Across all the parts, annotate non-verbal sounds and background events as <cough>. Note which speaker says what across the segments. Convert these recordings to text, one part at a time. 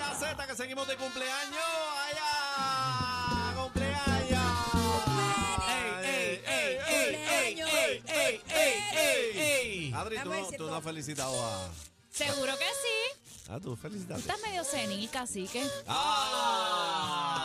Speaker 1: completa que seguimos de cumpleaños. ¡Allá! ¡Cumpleaños! ¡Ey, ey, ey, ey, ey, ey, ey, ey, ey! Adri, tú, no- tú no has felicitado a.
Speaker 2: Seguro que sí.
Speaker 1: Ah, tú felicitaste.
Speaker 2: Estás medio cenica, así que.
Speaker 1: ¡Ah!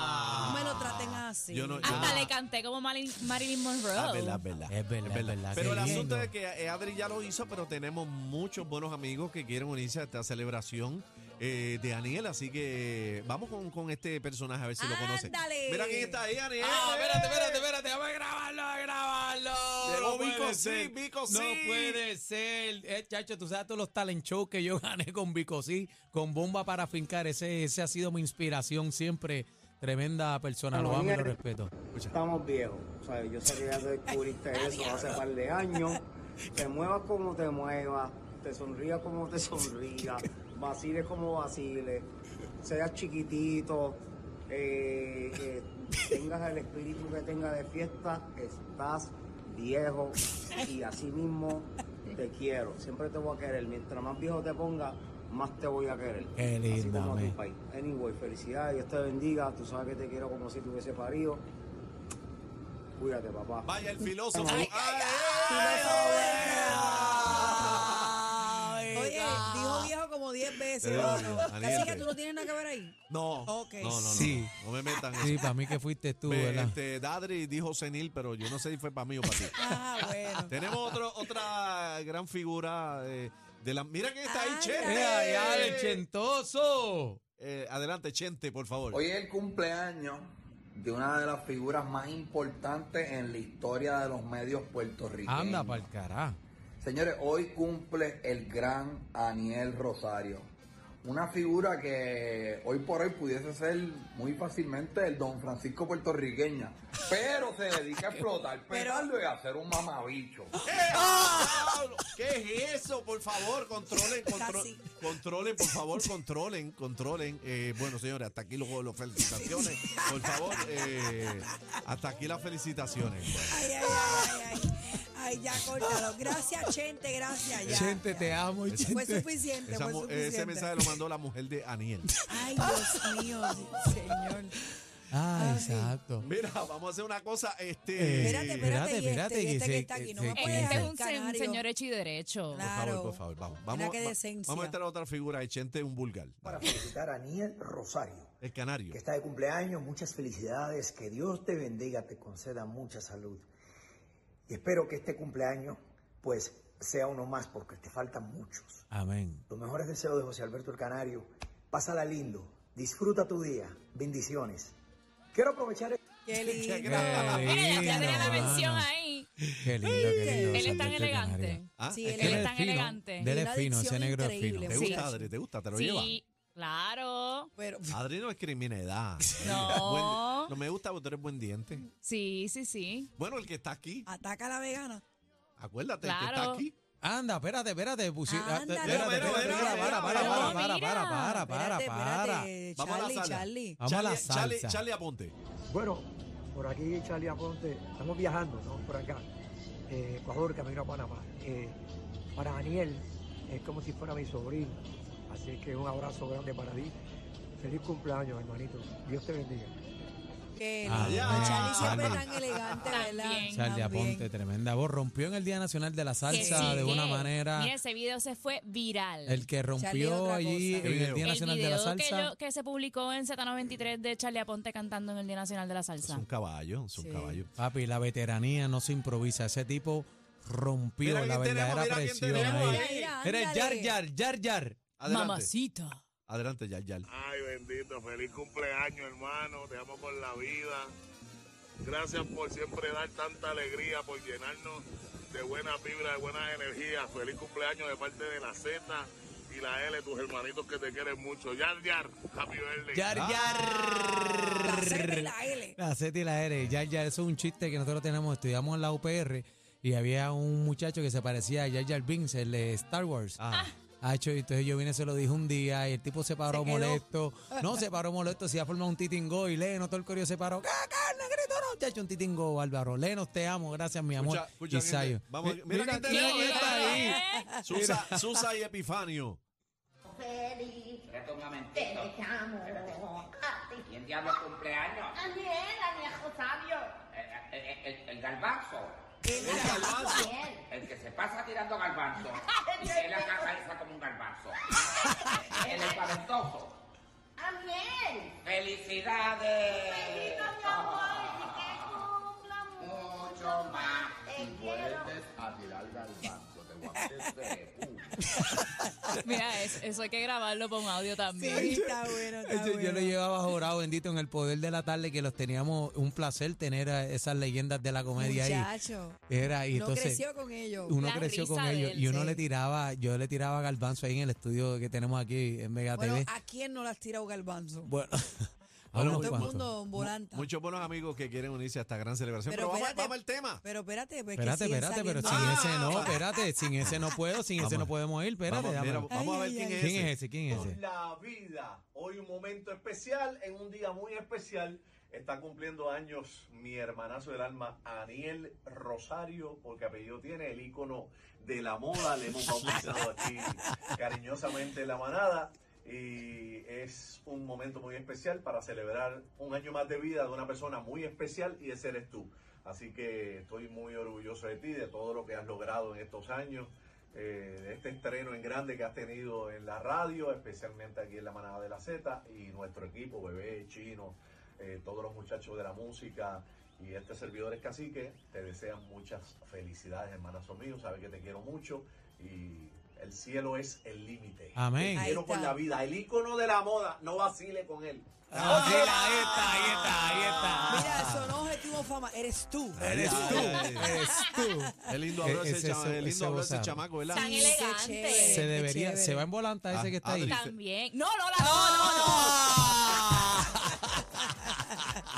Speaker 3: No me lo traten así.
Speaker 1: Yo no- yo
Speaker 2: Hasta
Speaker 1: no-
Speaker 2: le canté como Marilyn, Marilyn Monroe.
Speaker 3: uh.
Speaker 1: Ah, verdad, verdad.
Speaker 4: Es verdad, es verdad.
Speaker 1: Pero el
Speaker 4: Qué
Speaker 1: asunto
Speaker 4: lindo.
Speaker 1: es que eh, Adri ya lo hizo, pero tenemos muchos buenos amigos que quieren unirse a esta celebración eh, de Aniel, así que vamos con, con este personaje a ver si lo conocen.
Speaker 3: Ándale.
Speaker 1: Mira quién está ahí, Aniel.
Speaker 4: Ah, espérate, espérate, espérate, vamos a grabarlo, a grabarlo.
Speaker 1: Llegó
Speaker 4: No puede
Speaker 1: Vico C,
Speaker 4: ser.
Speaker 1: Vico
Speaker 4: No
Speaker 1: C.
Speaker 4: puede ser. Eh, chacho, tú sabes todos los talent shows que yo <laughs> gané con Vico C, con Bomba para fincar. Ese, ese ha sido mi inspiración siempre. Tremenda persona, lo amo y lo respeto.
Speaker 5: Estamos viejos, ¿sabes? Yo sé que ya tú descubriste eso hace par de años. Te muevas como te muevas, te sonrías como te sonrías, vaciles como vaciles, seas chiquitito, eh, eh, tengas el espíritu que tengas de fiesta, estás viejo y así mismo te quiero. Siempre te voy a querer. Mientras más viejo te ponga, más te voy a querer.
Speaker 4: Qué
Speaker 5: Así
Speaker 4: linda,
Speaker 5: como a tu
Speaker 4: me.
Speaker 5: país. Anyway, felicidades, Dios te bendiga. Tú sabes que te quiero como si tuviese parido. Cuídate, papá.
Speaker 1: Vaya el filósofo.
Speaker 3: Ay, ay,
Speaker 1: Ay,
Speaker 3: Oye, dijo viejo como 10 veces.
Speaker 1: Te
Speaker 3: ¿no?
Speaker 1: digo, Eh,
Speaker 3: Así
Speaker 1: Aniel.
Speaker 3: que tú no tienes nada que ver ahí.
Speaker 1: No,
Speaker 3: Ok.
Speaker 1: no, no, no,
Speaker 4: Sí.
Speaker 1: no me metan en
Speaker 4: Sí,
Speaker 1: eso.
Speaker 4: para mí que fuiste tú,
Speaker 1: Ve,
Speaker 4: ¿verdad?
Speaker 1: este, Dadri dijo senil, pero yo no sé si fue para mí o para ti.
Speaker 3: <laughs> Ah, bueno.
Speaker 1: Tenemos otro, otra gran figura eh, de la... Mira quién está ahí,
Speaker 3: Ay,
Speaker 1: Chente.
Speaker 4: ¡Eh, ay, ay, el chentoso!
Speaker 1: Eh, adelante, Chente, por favor.
Speaker 6: Hoy es el cumpleaños de una de las figuras más importantes en la historia de los medios puertorriqueños.
Speaker 4: Anda pa'l carajo.
Speaker 6: Señores, hoy cumple el gran Aniel Rosario. Una figura que hoy por hoy pudiese ser muy fácilmente el Don Francisco puertorriqueña, pero se dedica a explotar petardo y a ser un mamabicho.
Speaker 1: ¿Qué es eso? Por favor, controlen, contro-
Speaker 3: Casi.
Speaker 1: controlen, por favor, controlen, controlen. Eh, bueno, señores, hasta aquí los, los felicitaciones. Por favor, eh, hasta aquí las felicitaciones.
Speaker 3: Ay, ay, ay, ay, ay. Ay, ya, córtalo. Gracias, Chente, gracias. Ya,
Speaker 4: Chente,
Speaker 3: ya.
Speaker 4: te amo,
Speaker 1: Esa-
Speaker 3: Fue
Speaker 4: Chente.
Speaker 3: suficiente,
Speaker 1: Esa
Speaker 3: fue
Speaker 1: mu- ese mensaje lo
Speaker 3: suficiente.
Speaker 1: mandó la mujer de Aniel.
Speaker 3: Ay, Dios mío, señor.
Speaker 4: Ah, exacto.
Speaker 1: Mira, vamos a hacer una cosa.
Speaker 4: Eh,
Speaker 1: Este,
Speaker 3: Espérate, espérate, y
Speaker 4: espérate,
Speaker 3: este, y
Speaker 4: que
Speaker 3: este que
Speaker 4: se-
Speaker 3: está aquí, no
Speaker 4: se-
Speaker 3: me
Speaker 4: que
Speaker 3: puedes
Speaker 2: Este
Speaker 3: dejar
Speaker 2: es un, se- un
Speaker 3: canario.
Speaker 2: señor hecho y derecho.
Speaker 1: Por favor,
Speaker 3: Claro.
Speaker 1: por favor, vamos.
Speaker 3: Mira
Speaker 1: Vamos,
Speaker 3: qué
Speaker 1: va-
Speaker 3: decencia.
Speaker 1: vamos a estar a otra figura de Chente, un vulgar.
Speaker 7: para felicitar a Aniel Rosario,
Speaker 1: El canario.
Speaker 7: que está de cumpleaños. Muchas felicidades, que Dios te bendiga, te conceda mucha salud. Y espero que este cumpleaños, pues, sea uno más, porque te faltan muchos.
Speaker 4: Amén.
Speaker 7: Los mejores deseos de José Alberto el Canario. Pásala lindo, disfruta tu día, bendiciones. Quiero aprovechar
Speaker 3: Qué lindo.
Speaker 4: Qué
Speaker 2: Mira, ya- ya tenía Este la
Speaker 4: lindo,
Speaker 2: mención
Speaker 4: mano.
Speaker 2: ahí.
Speaker 4: Qué lindo, qué lindo.
Speaker 2: Él es
Speaker 4: José
Speaker 2: tan
Speaker 4: Alberto
Speaker 2: elegante.
Speaker 4: Canario.
Speaker 1: Ah,
Speaker 3: Sí,
Speaker 1: es
Speaker 3: él
Speaker 1: que
Speaker 2: Él es
Speaker 3: es
Speaker 2: tan
Speaker 4: fino,
Speaker 2: elegante.
Speaker 4: de él es
Speaker 3: Una
Speaker 4: fino, ese
Speaker 3: dicción
Speaker 4: negro es fino.
Speaker 3: increíble.
Speaker 1: ¿Te
Speaker 2: Sí.
Speaker 1: gusta, Adri? ¿Te gusta? ¿Te lo lleva?
Speaker 2: Sí, claro.
Speaker 3: Pero,
Speaker 1: Adri no es
Speaker 2: <laughs>
Speaker 1: criminalidad. <laughs>
Speaker 2: No.
Speaker 1: Buen- no me gusta, pero tú eres buen diente.
Speaker 2: Sí, sí, sí.
Speaker 1: Bueno, el que está aquí,
Speaker 3: ataca a la vegana.
Speaker 1: acuérdate, el que
Speaker 2: Claro.
Speaker 1: está aquí.
Speaker 4: Anda, espérate, espérate. pusi- ah,
Speaker 3: Ándale.
Speaker 4: espérate,
Speaker 1: Mira,
Speaker 4: espérate,
Speaker 1: mira,
Speaker 4: espérate,
Speaker 1: mira,
Speaker 4: para, para,
Speaker 1: mira.
Speaker 4: para, para,
Speaker 2: No,
Speaker 4: para, para, para,
Speaker 2: mira.
Speaker 3: espérate,
Speaker 4: para.
Speaker 3: espérate,
Speaker 1: Vamos a
Speaker 3: Charlie,
Speaker 1: la sala.
Speaker 3: Charlie.
Speaker 4: Vamos a la
Speaker 1: Charlie,
Speaker 4: salsa.
Speaker 1: Charlie, Charlie Aponte.
Speaker 8: Bueno, por aquí Charlie Aponte, estamos viajando, estamos por acá, eh, Ecuador, camino a Panamá. Eh, para Daniel es como si fuera mi sobrino, así que un abrazo grande para ti. Feliz cumpleaños, hermanito. Dios te bendiga.
Speaker 3: Qué
Speaker 4: Ah,
Speaker 3: lindo.
Speaker 1: ya.
Speaker 3: Charlie siempre
Speaker 4: Charlie.
Speaker 3: tan elegante, ¿verdad?
Speaker 2: También.
Speaker 4: Charlie
Speaker 3: También.
Speaker 4: Aponte, tremenda voz. Rompió en el Día Nacional de la
Speaker 2: Que
Speaker 4: Salsa
Speaker 2: sí,
Speaker 4: de una
Speaker 2: que-
Speaker 4: manera.
Speaker 2: Mira, ese video se fue viral.
Speaker 4: El que
Speaker 3: Charlie es
Speaker 4: rompió
Speaker 3: otra
Speaker 4: allí en
Speaker 3: cosa.
Speaker 4: el
Speaker 1: El
Speaker 4: Día
Speaker 2: El
Speaker 4: Nacional de
Speaker 2: video
Speaker 4: la
Speaker 2: que,
Speaker 4: Salsa.
Speaker 2: yo- que se publicó en Z93 de Charlie Aponte cantando en el Día Nacional de la
Speaker 1: Es
Speaker 2: Salsa.
Speaker 1: un caballo, es un
Speaker 3: Sí.
Speaker 1: caballo.
Speaker 4: Papi, la veteranía no se improvisa. Ese tipo rompió
Speaker 1: Mira
Speaker 4: la
Speaker 1: quién tenemos,
Speaker 4: verdadera
Speaker 1: mira quién
Speaker 4: presión.
Speaker 1: tenemos
Speaker 4: ahí.
Speaker 1: ahí.
Speaker 3: Mira,
Speaker 4: Era el Yar
Speaker 3: ándale.
Speaker 4: Yar, Yar Yar.
Speaker 1: Adelante.
Speaker 2: Mamacita. Ah.
Speaker 1: Adelante, Yal Yal.
Speaker 9: Ay, bendito, feliz cumpleaños, hermano. Te amo con la vida. Gracias por siempre dar tanta alegría, por llenarnos de buenas vibras, de buenas energías. Feliz cumpleaños de parte de la Z y la L, tus hermanitos que te quieren mucho. Yar, yar, happy birthday.
Speaker 4: Yar
Speaker 1: Ah.
Speaker 3: La Z y
Speaker 4: Yar.
Speaker 3: la L.
Speaker 4: La Z y la R. Yar Yar, eso es un chiste que nosotros tenemos. Estudiamos en la UPR y había un muchacho que se parecía a Yar Yar Binks, el de Star Wars.
Speaker 1: Ah,
Speaker 4: Hacho, y entonces yo vine, se lo dije un día y el tipo se paró
Speaker 3: quedó.
Speaker 4: molesto. No, se paró molesto, se ha formado un titingo y Leno, todo el corio se paró. ¡Ah, acá, negrito, no! Chacho, un titingo, Álvaro. Lenos, te amo, gracias, mi amor.
Speaker 1: Escucha, escucha,
Speaker 4: y Sayo.
Speaker 1: gente, vamos,
Speaker 4: Mi-
Speaker 1: mira quién tenemos,
Speaker 2: eh.
Speaker 4: quién está
Speaker 1: mira.
Speaker 4: ahí.
Speaker 1: Susa, Susa y Epifanio.
Speaker 10: Feliz Espérate un
Speaker 11: Te
Speaker 10: momentito.
Speaker 11: llamo. a ti.
Speaker 10: ¿Quién diablos cumpleaños?
Speaker 11: Daniel, Daniel Rosario.
Speaker 10: Eh, eh, El, el garbanzo.
Speaker 1: El garbanzo.
Speaker 10: El que se pasa tirando
Speaker 11: <laughs>
Speaker 10: garbanzo. Y él la casa esa como un garbanzo. El espaventoso.
Speaker 11: Daniel.
Speaker 10: ¡Felicidades!
Speaker 11: Bendito mi amor. Y que cumpla
Speaker 10: Mucho más.
Speaker 11: Te
Speaker 10: Y
Speaker 11: quiero.
Speaker 10: vuelves a tirar garbanzo. Te voy a hacer de puta.
Speaker 2: Mira, eso, eso hay que grabarlo con audio también.
Speaker 3: Sí, está bueno,
Speaker 4: Ay, <laughs>
Speaker 3: está
Speaker 4: Yo, yo
Speaker 3: bueno.
Speaker 4: lo llevaba jorado, bendito, en el poder de la tarde, que los teníamos un placer tener a esas leyendas de la comedia ahí.
Speaker 3: Muchacho,
Speaker 4: Era, y
Speaker 3: no
Speaker 4: entonces,
Speaker 3: creció con ellos.
Speaker 4: uno
Speaker 2: La
Speaker 4: creció
Speaker 2: risa
Speaker 4: con
Speaker 2: de
Speaker 4: ellos
Speaker 2: él,
Speaker 4: y uno
Speaker 3: sí.
Speaker 4: le tiraba, yo le tiraba garbanzo ahí en el estudio que tenemos aquí en Vega
Speaker 3: Bueno, ah,
Speaker 4: TV.
Speaker 3: ¿a quién no las tira un garbanzo?
Speaker 4: Bueno, a
Speaker 1: Bueno,
Speaker 4: unos
Speaker 3: Todo el
Speaker 4: cuantos.
Speaker 3: mundo en volanta.
Speaker 1: Muchos buenos amigos que quieren unirse a esta gran celebración. Pero,
Speaker 3: Pero
Speaker 1: vamos,
Speaker 3: espérate.
Speaker 1: vamos al tema.
Speaker 3: Pero espérate, pues
Speaker 4: Espérate,
Speaker 3: que siguen
Speaker 4: espérate, pero sin
Speaker 3: saliendo.
Speaker 4: ese no, espérate, sin ese no puedo, sin ese
Speaker 1: Vamos.
Speaker 4: no podemos ir, espérate.
Speaker 1: Vamos,
Speaker 4: dame.
Speaker 1: mira, vamos a ver
Speaker 3: Ay,
Speaker 1: quién
Speaker 3: ay,
Speaker 1: es.
Speaker 4: ¿Quién
Speaker 1: ese.
Speaker 4: es ese? ¿Quién es
Speaker 12: con
Speaker 4: ese?
Speaker 12: la vida. Hoy un momento especial, en un día muy especial. Está cumpliendo años mi hermanazo del alma, Aniel Rosario, porque apellido tiene el ícono de la moda. Le hemos bautizado aquí cariñosamente en la manada. Y es un momento muy especial para celebrar un año más de vida de una persona muy especial y ese eres tú. Así que Eh, estoy muy orgulloso de ti, de todo lo que has logrado en estos años eh, de este estreno en grande que has tenido en la radio, especialmente aquí en la Manada de la Z y nuestro equipo, Bebé, Chino, eh, todos los muchachos de la música y este servidor es Cacique, te desean muchas felicidades, hermanazo mío, sabes que te quiero mucho y el cielo es el límite.
Speaker 4: Amén.
Speaker 12: Te
Speaker 3: Ahí
Speaker 12: quiero por
Speaker 3: está.
Speaker 12: la vida, el ícono de la moda, no vacile con él.
Speaker 4: Ah, sí, ahí está, ahí está, ahí está.
Speaker 3: Mira, eso no es objetivo fama, eres tú.
Speaker 1: Eres tú.
Speaker 4: Eres tú.
Speaker 1: Qué lindo habló
Speaker 4: Ese-
Speaker 1: ese,
Speaker 4: ese-
Speaker 1: chama- qué
Speaker 4: ese
Speaker 1: lindo habló ese
Speaker 4: gozado.
Speaker 1: chamaco, ¿verdad?
Speaker 2: Tan
Speaker 3: Sí, qué
Speaker 2: elegante.
Speaker 3: chévere,
Speaker 4: Se
Speaker 3: qué
Speaker 4: debería,
Speaker 3: chévere.
Speaker 4: se va en volanta ese
Speaker 1: Ah,
Speaker 4: que está ahí.
Speaker 1: Adri.
Speaker 2: También. No, Lola, no, no,
Speaker 1: <laughs>
Speaker 2: no.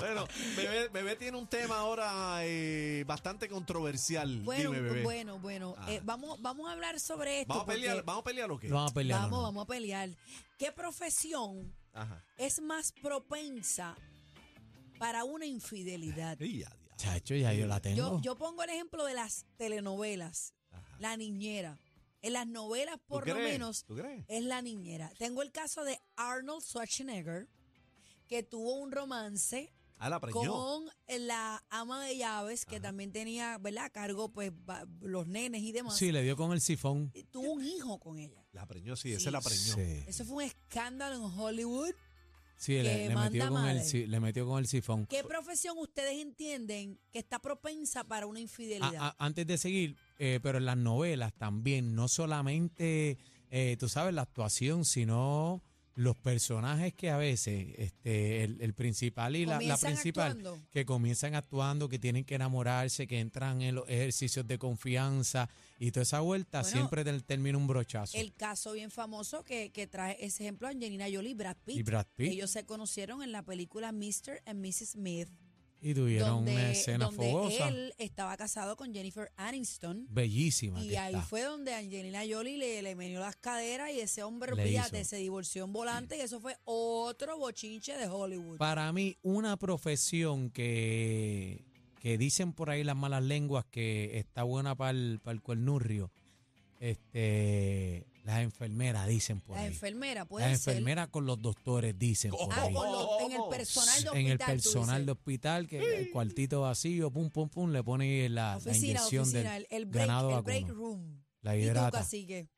Speaker 1: Bueno, bebé, Bebé tiene un tema ahora eh, bastante controversial.
Speaker 3: Bueno,
Speaker 1: Dime, bebé. Ah.
Speaker 3: bueno, bueno. eh, vamos, vamos a hablar sobre esto.
Speaker 1: ¿Vamos a
Speaker 3: porque
Speaker 1: pelear, ¿Vamos a pelear o qué?
Speaker 4: No vamos a pelear.
Speaker 3: vamos,
Speaker 4: no, no.
Speaker 3: vamos a pelear. ¿Qué profesión
Speaker 1: Ajá.
Speaker 3: es más propensa para una infidelidad?
Speaker 1: Y ya, ya.
Speaker 4: Chacho, ya yo la tengo.
Speaker 3: Yo, yo pongo el ejemplo de las telenovelas, la niñera. En las novelas,
Speaker 1: ¿Tú
Speaker 3: por lo
Speaker 1: crees?
Speaker 3: menos,
Speaker 1: ¿Tú crees?
Speaker 3: es la niñera. Tengo el caso de Arnold Schwarzenegger, que tuvo un romance
Speaker 1: Ah, la preñó.
Speaker 3: con la ama de llaves, que también tenía, ¿verdad?, a cargo, pues, va- los nenes y demás.
Speaker 4: Sí, le dio con el sifón.
Speaker 3: Y Tuvo un hijo con ella.
Speaker 1: La preñó, sí,
Speaker 3: Sí.
Speaker 1: esa la preñó.
Speaker 4: Sí,
Speaker 3: Eso fue un escándalo en Hollywood.
Speaker 4: Sí,
Speaker 3: que
Speaker 4: le, le metió
Speaker 3: manda
Speaker 4: con el,
Speaker 3: madre.
Speaker 4: si- le metió con el sifón.
Speaker 3: ¿Qué profesión ustedes entienden que está propensa para una
Speaker 4: Ah,
Speaker 3: infidelidad?
Speaker 4: ah, antes de seguir, eh, pero en las novelas también, no solamente, eh, tú sabes, la actuación, sino los personajes que a veces, este, el, el principal y la, la
Speaker 3: Comienzan
Speaker 4: principal,
Speaker 3: actuando.
Speaker 4: que comienzan actuando, que tienen que enamorarse, que entran en los ejercicios de confianza y toda esa vuelta
Speaker 3: Bueno,
Speaker 4: siempre te- termina un brochazo.
Speaker 3: El caso bien famoso que, que trae ese ejemplo Angelina Jolie y Brad Pitt.
Speaker 4: y Brad Pitt,
Speaker 3: Ellos se conocieron en la película Mr. and Mrs. Smith,
Speaker 4: y tuvieron
Speaker 3: donde,
Speaker 4: una escena
Speaker 3: donde
Speaker 4: fogosa,
Speaker 3: él estaba casado con Jennifer Aniston.
Speaker 4: bellísima.
Speaker 3: Y
Speaker 4: que
Speaker 3: ahí
Speaker 4: está.
Speaker 3: fue donde Angelina Jolie le, le menió las caderas y ese hombre,
Speaker 4: Le
Speaker 3: fíjate,
Speaker 4: hizo.
Speaker 3: se divorció en volante y eso fue otro bochinche de Hollywood.
Speaker 4: Para mí, una profesión que, que dicen por ahí las malas lenguas que está buena para el, cuernurrio, este, las enfermeras dicen por
Speaker 3: la
Speaker 4: ahí.
Speaker 3: enfermera, puede
Speaker 4: Las
Speaker 3: ser.
Speaker 4: enfermeras con los doctores dicen por
Speaker 3: Ah,
Speaker 4: ahí.
Speaker 3: con los- en el personal de hospital.
Speaker 4: En el
Speaker 3: tú
Speaker 4: personal
Speaker 3: dices. Mm.
Speaker 4: de hospital, que el cuartito vacío, pum, pum, pum, le pone la, la
Speaker 3: oficina,
Speaker 4: inyección
Speaker 3: oficina,
Speaker 4: del
Speaker 3: el, el break,
Speaker 4: ganado
Speaker 3: el
Speaker 4: vacuno,
Speaker 3: break room.
Speaker 4: la
Speaker 3: Y tú,
Speaker 4: hidrata.
Speaker 3: cacique.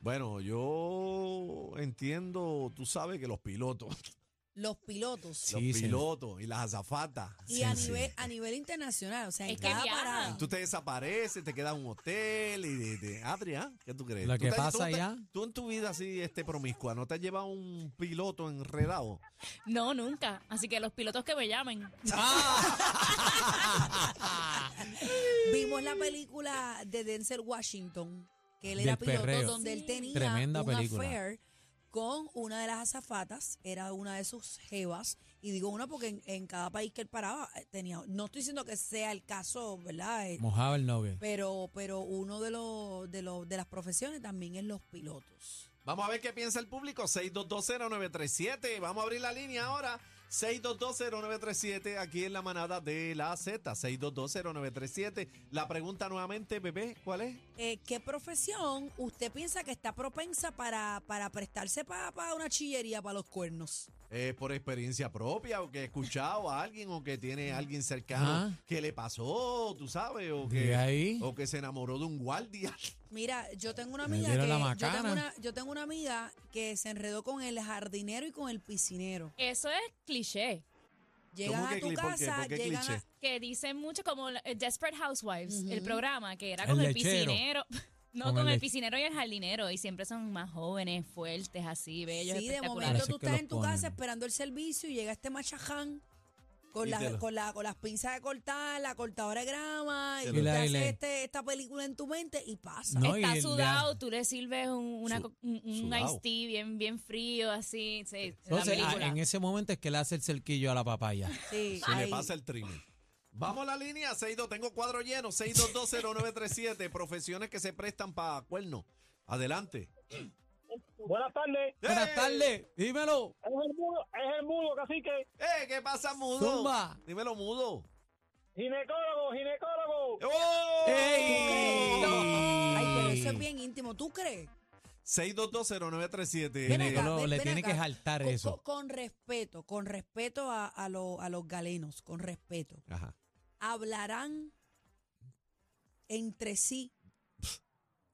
Speaker 1: Bueno, yo entiendo, tú sabes que los pilotos, <laughs>
Speaker 3: Los pilotos.
Speaker 4: Sí,
Speaker 1: los
Speaker 4: sí.
Speaker 1: pilotos y las azafatas.
Speaker 3: Y
Speaker 4: Sí,
Speaker 3: a,
Speaker 4: sí.
Speaker 3: nivel, a nivel internacional, o sea,
Speaker 2: Es
Speaker 3: en
Speaker 2: que
Speaker 3: cada
Speaker 2: viajan.
Speaker 3: parada.
Speaker 1: Tú te desapareces, te quedas en un hotel y de, de- Adri, ¿ah? ¿qué tú crees?
Speaker 4: Lo
Speaker 1: ¿Tú
Speaker 4: que
Speaker 1: te-
Speaker 4: pasa
Speaker 1: tú te-
Speaker 4: allá-
Speaker 1: Tú en tu vida así este promiscua, ¿no te has llevado un piloto enredado?
Speaker 2: No, nunca. Así que los pilotos que me llamen.
Speaker 3: Vimos la película de Denzel Washington, que él
Speaker 4: Del
Speaker 3: era piloto,
Speaker 4: perreo.
Speaker 3: donde él tenía
Speaker 4: Tremenda
Speaker 3: un
Speaker 4: película.
Speaker 3: affair con una de las azafatas, era una de sus jevas, y digo una porque en, en cada país que él paraba eh, tenía, no estoy diciendo que sea el caso, ¿verdad? Eh,
Speaker 4: Mojaba el novio.
Speaker 3: Pero, pero uno de los de los de las profesiones también es los pilotos.
Speaker 1: Vamos a ver qué piensa el público. 6220937. Vamos a abrir la línea ahora. 6220937, aquí en la manada de la Z. 6220937. La pregunta nuevamente, bebé, ¿cuál es?
Speaker 3: Eh, ¿Qué profesión usted piensa que está propensa para, para prestarse para una chillería para los cuernos?
Speaker 1: Eh, ¿Por experiencia propia o que he escuchado a alguien o que tiene a alguien cercano
Speaker 4: Ajá.
Speaker 1: que le pasó, tú sabes? O que,
Speaker 4: De ahí.
Speaker 1: o que se enamoró de un guardia.
Speaker 3: Mira, yo tengo una
Speaker 4: Me
Speaker 3: amiga
Speaker 4: dieron
Speaker 3: que
Speaker 4: la
Speaker 3: yo tengo,
Speaker 4: macana.
Speaker 3: una, yo tengo una amiga que se enredó con el jardinero y con el piscinero.
Speaker 2: Eso es cliché.
Speaker 3: Llegan
Speaker 1: que
Speaker 3: a tu
Speaker 1: cli- por qué-
Speaker 3: casa,
Speaker 1: por qué
Speaker 3: llegan
Speaker 1: cliché?
Speaker 3: a,
Speaker 2: Que dicen mucho como la- eh, Desperate Housewives,
Speaker 3: Ujú.
Speaker 2: el programa que era
Speaker 4: El
Speaker 2: con el,
Speaker 4: lechero.
Speaker 2: piscinero. <laughs> No,
Speaker 4: Con
Speaker 2: con,
Speaker 4: el
Speaker 2: el,
Speaker 4: lech-
Speaker 2: piscinero y el jardinero. Y siempre son más jóvenes, fuertes, así, bellos,
Speaker 3: Sí, de
Speaker 2: espectaculares.
Speaker 3: momento
Speaker 4: Parece
Speaker 3: tú
Speaker 4: que
Speaker 3: estás
Speaker 4: los
Speaker 3: en tu
Speaker 4: ponen.
Speaker 3: casa esperando el servicio y llega este machaján con,
Speaker 1: Y
Speaker 3: las- eh,
Speaker 1: te lo-
Speaker 3: con, la- con las pinzas de cortar, la cortadora de grama, y
Speaker 1: Te
Speaker 3: tú
Speaker 1: lo-
Speaker 3: te
Speaker 4: Y la- y la-
Speaker 3: haces este- esta película en tu mente y pasa.
Speaker 4: No, y
Speaker 2: Está
Speaker 4: el-
Speaker 2: sudado, tú le sirves un, una
Speaker 1: Su-
Speaker 2: co- un, un
Speaker 1: sudado.
Speaker 2: iced tea bien, bien frío, así. Sí, la
Speaker 4: Entonces, ah,
Speaker 2: película.
Speaker 4: en ese momento es que le hace el cerquillo a la
Speaker 1: <laughs>
Speaker 4: papaya.
Speaker 3: Sí,
Speaker 1: Se le
Speaker 3: ahí.
Speaker 1: pasa el trimmer. Vamos a la línea, 62, tengo cuadro lleno, 6220937, profesiones que se prestan para cuernos. Adelante.
Speaker 13: Buenas tardes.
Speaker 1: ¡Eh!
Speaker 4: Buenas tardes, dímelo.
Speaker 13: Es el mudo, es el mudo, cacique.
Speaker 1: ¡Eh! ¿Qué pasa, mudo?
Speaker 4: Zumba.
Speaker 1: Dímelo, mudo.
Speaker 13: Ginecólogo, ginecólogo.
Speaker 1: ¡Oh!
Speaker 4: ¡Ey!
Speaker 3: Ay, pero eso es bien íntimo, ¿tú crees?
Speaker 1: 6220937.
Speaker 3: Ven
Speaker 1: Eh,
Speaker 3: acá,
Speaker 4: Lo-
Speaker 3: ven-
Speaker 4: le
Speaker 3: ven
Speaker 4: tiene
Speaker 3: acá.
Speaker 4: que jaltar
Speaker 3: Con-
Speaker 4: eso.
Speaker 3: Con, con respeto, con respeto a, a lo- a los galenos, con respeto.
Speaker 1: Ajá.
Speaker 3: Hablarán entre sí.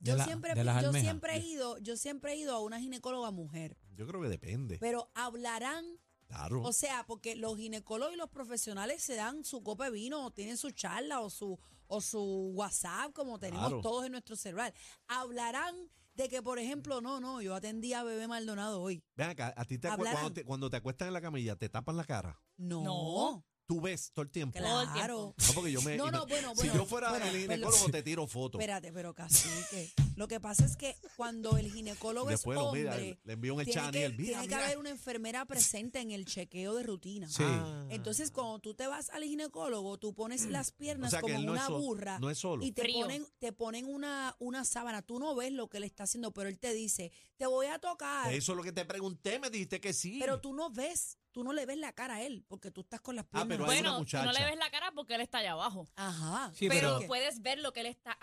Speaker 4: De
Speaker 3: Yo,
Speaker 4: la-
Speaker 3: siempre,
Speaker 4: de las
Speaker 3: yo
Speaker 4: almejas.
Speaker 3: siempre he ido, yo siempre he ido a una ginecóloga mujer,
Speaker 1: Yo creo que depende.
Speaker 3: pero hablarán
Speaker 1: Claro.
Speaker 3: O sea, porque los ginecólogos y los profesionales se dan su copa de vino, o tienen su charla o su, o su WhatsApp, como tenemos
Speaker 1: Claro.
Speaker 3: todos en nuestro celular. Hablarán de que, por ejemplo, no, no, yo atendí a Bebé Maldonado hoy.
Speaker 1: Ven acá, a ti te acu-
Speaker 3: Hablarán.
Speaker 1: cuando, te, cuando te acuestan en la camilla, te tapan la cara.
Speaker 3: No,
Speaker 2: No.
Speaker 1: Tú ves todo el tiempo.
Speaker 2: Todo el
Speaker 3: claro.
Speaker 1: No, porque yo me.
Speaker 3: No,
Speaker 1: y
Speaker 3: no,
Speaker 1: me-
Speaker 3: bueno,
Speaker 1: si
Speaker 3: bueno,
Speaker 1: yo fuera
Speaker 3: bueno,
Speaker 1: el
Speaker 3: perdón.
Speaker 1: ginecólogo, te tiro fotos.
Speaker 3: Espérate, pero casi que. Lo que pasa es que cuando el ginecólogo
Speaker 1: Después
Speaker 3: es
Speaker 1: lo
Speaker 3: hombre,
Speaker 1: mira, le envío un
Speaker 3: tiene,
Speaker 1: echán y
Speaker 3: que,
Speaker 1: él, mira,
Speaker 3: tiene que
Speaker 1: mira.
Speaker 3: haber una enfermera presente en el chequeo de rutina.
Speaker 4: Sí.
Speaker 3: Entonces, cuando tú te vas al ginecólogo, tú pones las piernas
Speaker 1: O sea, que
Speaker 3: como
Speaker 1: él no es
Speaker 3: una
Speaker 1: sol-
Speaker 3: burra
Speaker 1: no es solo.
Speaker 3: y te
Speaker 2: Frío.
Speaker 3: ponen, te ponen una, una sábana. Tú no ves lo que él está haciendo, pero él te dice, te voy a tocar.
Speaker 1: Eso es lo que te pregunté, me dijiste que sí.
Speaker 3: Ah. Pero tú no ves, tú no le ves la cara a él, porque tú estás con las
Speaker 1: Ah,
Speaker 3: piernas.
Speaker 1: pero hay una
Speaker 2: bueno, tú no le
Speaker 1: muchacha.
Speaker 2: ves la cara porque él está allá abajo.
Speaker 3: Ajá.
Speaker 4: Sí,
Speaker 2: pero,
Speaker 4: pero-
Speaker 2: puedes ver lo que él está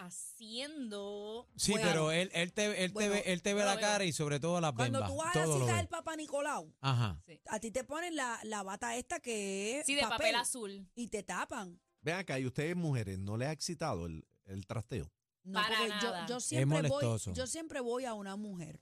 Speaker 2: haciendo.
Speaker 4: Sí,
Speaker 3: Bueno.
Speaker 4: pero él, él te, él,
Speaker 3: Bueno,
Speaker 4: te ve, él te ve
Speaker 2: lo
Speaker 4: la
Speaker 2: veo.
Speaker 4: cara y sobre todo las
Speaker 3: Cuando
Speaker 4: bembas.
Speaker 3: tú vas a la
Speaker 4: todo lo
Speaker 3: cita
Speaker 4: ve.
Speaker 3: del Papá Nicolau,
Speaker 4: Ajá.
Speaker 3: a ti te ponen la, la bata esta que es
Speaker 2: Sí, de papel azul.
Speaker 3: y te tapan.
Speaker 1: Ven acá, y ustedes mujeres, ¿no les ha excitado el, el trasteo?
Speaker 3: No,
Speaker 2: Para
Speaker 3: porque yo-
Speaker 2: nada.
Speaker 3: Yo,
Speaker 2: Es
Speaker 3: siempre voy,
Speaker 4: molestoso.
Speaker 3: yo siempre voy a una mujer.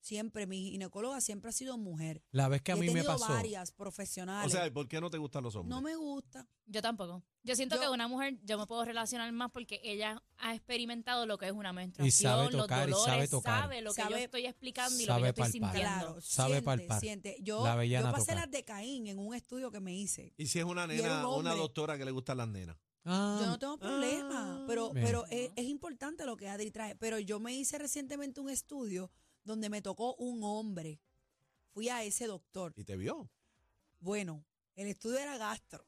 Speaker 3: Siempre, mi ginecóloga siempre ha sido mujer.
Speaker 4: La vez que a
Speaker 3: Y
Speaker 4: mí
Speaker 3: he
Speaker 4: me
Speaker 3: tenido
Speaker 4: pasó.
Speaker 3: varias profesionales.
Speaker 1: O sea, ¿y ¿por qué no te gustan los hombres?
Speaker 3: no me gusta.
Speaker 2: Yo tampoco. Yo siento
Speaker 3: Yo-
Speaker 2: que una mujer, yo me puedo relacionar más porque ella ha experimentado lo que es una menstruación,
Speaker 4: Y sabe tocar, y
Speaker 2: los
Speaker 4: sabe
Speaker 2: dolores,
Speaker 4: tocar.
Speaker 2: lo que
Speaker 3: Sabe-
Speaker 2: yo estoy explicando y lo que
Speaker 4: sabe
Speaker 2: yo estoy
Speaker 4: palpar.
Speaker 2: sintiendo.
Speaker 3: Claro,
Speaker 4: Sabe
Speaker 3: siente,
Speaker 4: palpar.
Speaker 3: siente. Yo,
Speaker 4: La avellana
Speaker 3: yo pasé
Speaker 4: tocar.
Speaker 3: las de Caín en un estudio que me hice.
Speaker 1: Y si es una
Speaker 3: Y era
Speaker 1: nena,
Speaker 3: un
Speaker 1: una
Speaker 3: hombre.
Speaker 1: doctora que le gustan las nenas.
Speaker 4: Ah,
Speaker 3: Yo no tengo problema,
Speaker 2: Ah.
Speaker 3: pero,
Speaker 4: Bien.
Speaker 3: pero es, es importante lo que Adri trae. Pero yo me hice recientemente un estudio donde me tocó un hombre. Fui a ese doctor.
Speaker 1: Y te vio.
Speaker 3: Bueno, el estudio era gastro.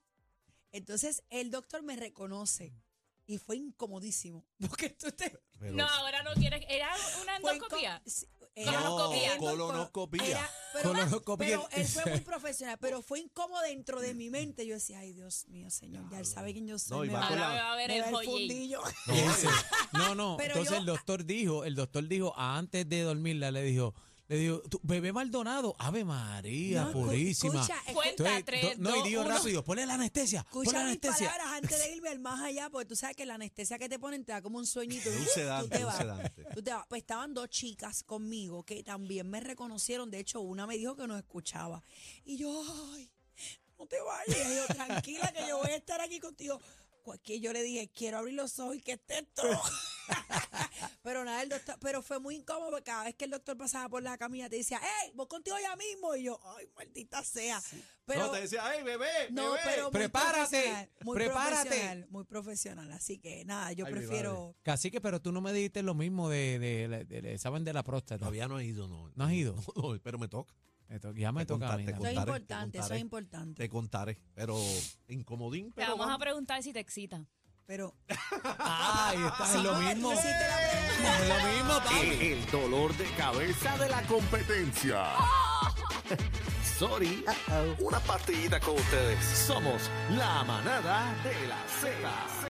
Speaker 3: Entonces el doctor me reconoce y fue incomodísimo. <laughs> Porque tú te.
Speaker 1: Pero-
Speaker 2: No, ahora no quieres. Era una
Speaker 3: fue inco-
Speaker 2: endoscopía.
Speaker 3: Sí,
Speaker 2: Colonoscopía.
Speaker 3: era-
Speaker 1: Colonoscopía.
Speaker 3: era- pero,
Speaker 4: Colonoscopía.
Speaker 3: pero él fue
Speaker 1: <laughs>
Speaker 3: muy profesional, pero fue incómodo dentro de mi mente. Yo decía, ay Dios mío, señor, ya él sabe quién yo soy.
Speaker 1: No, y
Speaker 3: me
Speaker 1: va
Speaker 3: va-
Speaker 1: con
Speaker 2: Ahora
Speaker 1: la-
Speaker 2: me va a ver
Speaker 3: me
Speaker 2: el
Speaker 3: va el
Speaker 2: joyín.
Speaker 3: fundillo.
Speaker 4: Y dice, no, no.
Speaker 3: Pero
Speaker 4: Entonces
Speaker 3: yo-
Speaker 4: el doctor dijo, el doctor dijo, antes de dormirla, le dijo, le dijo, "Tú, bebé Maldonado, Ave María,
Speaker 3: No, escu-
Speaker 4: purísima.
Speaker 3: escucha, escu-
Speaker 2: Cuenta
Speaker 4: Entonces,
Speaker 2: tres,
Speaker 4: do- no, y
Speaker 2: dos,
Speaker 4: dijo
Speaker 2: uno.
Speaker 4: rápido, ponle la anestesia, ponle
Speaker 3: Escucha
Speaker 4: la
Speaker 3: mis
Speaker 4: anestesia.
Speaker 3: palabras antes
Speaker 1: <laughs>
Speaker 3: de irme al más allá, porque tú sabes que la anestesia que te ponen te da como un sueñito.
Speaker 1: Un
Speaker 3: y tú
Speaker 1: sedante,
Speaker 3: te
Speaker 1: un
Speaker 3: vas.
Speaker 1: sedante.
Speaker 3: Tú te vas. Pues estaban dos chicas conmigo que también me reconocieron. De hecho, una me dijo que nos escuchaba. Y yo, ay, no te vayas. Y yo, tranquila, que yo voy a estar aquí contigo. Cu- Que yo le dije, quiero abrir los ojos y que esté todo. <laughs> pero nada, el doctor, pero fue muy incómodo porque cada vez que el doctor pasaba por la camilla te decía, hey, vos contigo ya mismo. Y yo, ay, maldita sea. Pero,
Speaker 1: no, te decía, ¡ay, bebé!
Speaker 3: no,
Speaker 1: bebé".
Speaker 3: pero
Speaker 4: Eh,
Speaker 3: muy
Speaker 4: Prepárate,
Speaker 3: profesional, muy
Speaker 4: prepárate.
Speaker 3: profesional, muy profesional. Así que nada, yo
Speaker 1: Ay, mi
Speaker 3: prefiero.
Speaker 4: Cacique, pero tú no me dijiste lo mismo de, de, de- del examen de la próstata.
Speaker 1: Todavía no he ido, no.
Speaker 4: ¿No
Speaker 1: <laughs>
Speaker 4: has ido?
Speaker 1: No, pero me toca.
Speaker 4: Me to- ya me
Speaker 1: Te
Speaker 4: toca a mí.
Speaker 1: contaste,
Speaker 3: Eso es
Speaker 1: contaste. Contaré,
Speaker 3: importante, eso
Speaker 1: contaré.
Speaker 3: es importante.
Speaker 1: Te contaré. Pero incomodín,
Speaker 2: Te
Speaker 1: pero.
Speaker 2: vamos a <laughs>
Speaker 1: vamos.
Speaker 2: preguntar si te excita.
Speaker 3: Pero
Speaker 4: Ay, está, es lo mismo.
Speaker 3: tú hiciste la pregunta.
Speaker 4: Es lo mismo, papi. <laughs>
Speaker 9: El dolor de cabeza de la competencia.
Speaker 12: sorry. Una partidita con ustedes. Somos la manada de la Z.